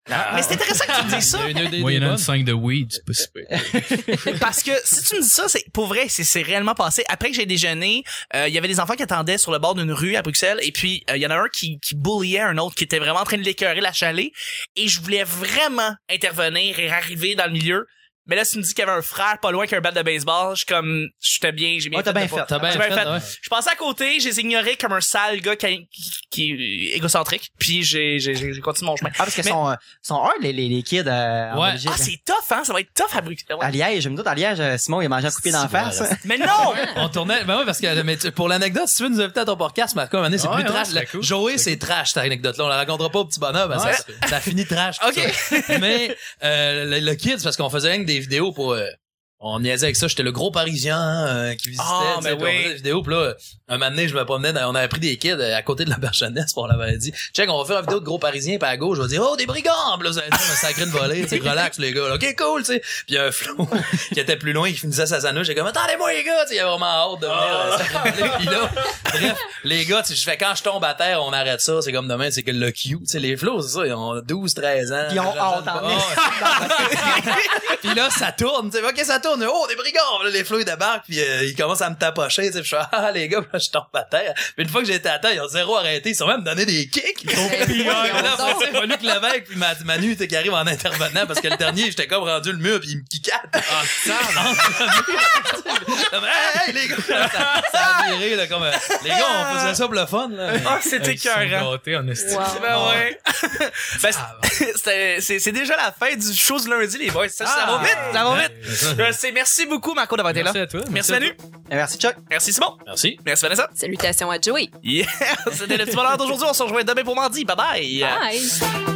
[SPEAKER 3] ah,
[SPEAKER 2] Mais c'est intéressant que tu me dises ça.
[SPEAKER 4] Il y a une idée
[SPEAKER 6] Moi, il y en a
[SPEAKER 4] bonne.
[SPEAKER 6] une 5 de weed, c'est pas si pire.
[SPEAKER 2] Parce que si tu me dis ça, c'est pour vrai, c'est c'est réellement passé. Après que j'ai déjeuné, euh, il y avait des enfants qui attendaient sur le bord d'une rue à Bruxelles, et puis euh, il y en a un qui, qui bulliait un autre qui était vraiment en train de l'écœurer, la chalet, et je voulais vraiment intervenir et arriver dans le milieu. Mais là, si tu me dis qu'il y avait un frère pas loin qu'un bat de baseball, je suis comme, j'étais bien, j'ai bien
[SPEAKER 3] Ouais, Ah, t'as
[SPEAKER 2] de
[SPEAKER 3] bien
[SPEAKER 2] pas-
[SPEAKER 3] fait.
[SPEAKER 4] T'as bien
[SPEAKER 2] J'ai
[SPEAKER 4] fait,
[SPEAKER 2] bien fait.
[SPEAKER 4] ouais.
[SPEAKER 2] Je passais à côté, je les ignorais comme un sale gars qui, qui, qui est égocentrique, puis j'ai j'ai- j'ai- j'ai continué mon chemin.
[SPEAKER 3] Ah, parce que
[SPEAKER 2] Mais-
[SPEAKER 3] sont, euh, sont hard, les, les, les kids, euh, en
[SPEAKER 4] Ouais.
[SPEAKER 3] Belgique.
[SPEAKER 2] Ah, c'est tough, hein? Ça va être tough à Bruxelles.
[SPEAKER 3] À
[SPEAKER 2] Ouais.
[SPEAKER 3] Liège, je me doute, à Liège, euh, Simon, il a mangé un coupé d'en
[SPEAKER 4] C'est
[SPEAKER 3] face.
[SPEAKER 4] vrai,
[SPEAKER 2] Mais non!
[SPEAKER 4] On tournait, ben ouais, parce que, mais tu- pour l'anecdote, si tu veux nous inviter à ton podcast, Marco, à un moment donné, c'est
[SPEAKER 6] Ouais,
[SPEAKER 4] plus
[SPEAKER 6] ouais,
[SPEAKER 4] trash.
[SPEAKER 6] c'est
[SPEAKER 4] La-
[SPEAKER 6] cool.
[SPEAKER 4] Joey, c'est trash, cette anecdote-là. On la racontera pas au petit bonhomme, parce que ça, ça finit trash. tout
[SPEAKER 2] Ok.
[SPEAKER 4] ça. Mais, euh, le, le kids, parce qu'on faisait rien que des vidéos pour, euh, on niaisait avec ça, j'étais le gros parisien hein, euh, qui visitait,
[SPEAKER 2] Ah,
[SPEAKER 4] tu sais,
[SPEAKER 2] ben
[SPEAKER 4] puis on
[SPEAKER 2] oui.
[SPEAKER 4] faisait des vidéos, puis là, un moment donné, je me promenais, dans- on avait pris des kids euh, à côté de la Berchanesse, puis on l'avait dit, check, on va faire une vidéo de gros parisien, puis à gauche, je vais dire, oh, des brigands, puis là, vous allez dire, un sacré de volée, tu sais, relax, les gars, là. ok, cool, tu sais. Puis il y a un flou qui était plus loin, qui finissait sa sandwich, j'ai comme, attendez-moi, les gars, tu sais, il avait vraiment hâte de venir, euh, sacré de volée. puis là, bref, les gars, tu sais, je fais, quand je tombe à terre, on arrête ça, c'est comme demain, c'est que le Q, tu sais, les flots, c'est ça, ils ont 12, 13 ans.
[SPEAKER 3] Ils ont hein.
[SPEAKER 4] Jeune-
[SPEAKER 3] honte en
[SPEAKER 4] Oh, puis là, ça tourne, tu sais, ok, ça tourne, oh, des brigands, Là, les flots, ils débarquent, puis euh, ils commencent à me tapocher, tu sais, puis je fais, ah, les gars, puis là, je tombe à terre. Puis une fois que j'étais à terre, ils ont zéro arrêté, ils sont même donné des kicks. Ils ont
[SPEAKER 5] pire,
[SPEAKER 4] là, faut- c'est fallu que l'évêque, puis Ma- Manu, tu sais, qui arrive en intervenant, parce que le dernier, j'étais comme rendu le mur, puis il me kickait. Ah, ça, Hey, hey, les gars, ça, ça a viré, là, comme, euh, les gars, on faisait ça pour le fun, là.
[SPEAKER 2] Ah, c'était
[SPEAKER 6] Ils sont
[SPEAKER 2] écœurant.
[SPEAKER 6] gâtés, en esti.
[SPEAKER 5] Wow.
[SPEAKER 4] Ah.
[SPEAKER 2] Ben ouais. Ben, c'est- c'est c'est déjà la fin du show du lundi, les boys. Ça, ça va vite, ça va vite. Je sais. Merci beaucoup, Marco, d'avoir été là.
[SPEAKER 6] Merci à toi.
[SPEAKER 2] Merci
[SPEAKER 6] à toi.
[SPEAKER 2] Manu.
[SPEAKER 3] Merci, Chuck.
[SPEAKER 2] Merci Simon.
[SPEAKER 4] Merci.
[SPEAKER 2] Merci Vanessa.
[SPEAKER 5] Salutations à Joey.
[SPEAKER 2] Yeah! C'était le petit bonheur d'aujourd'hui. On se rejoint demain pour mardi. Bye bye.
[SPEAKER 5] Bye.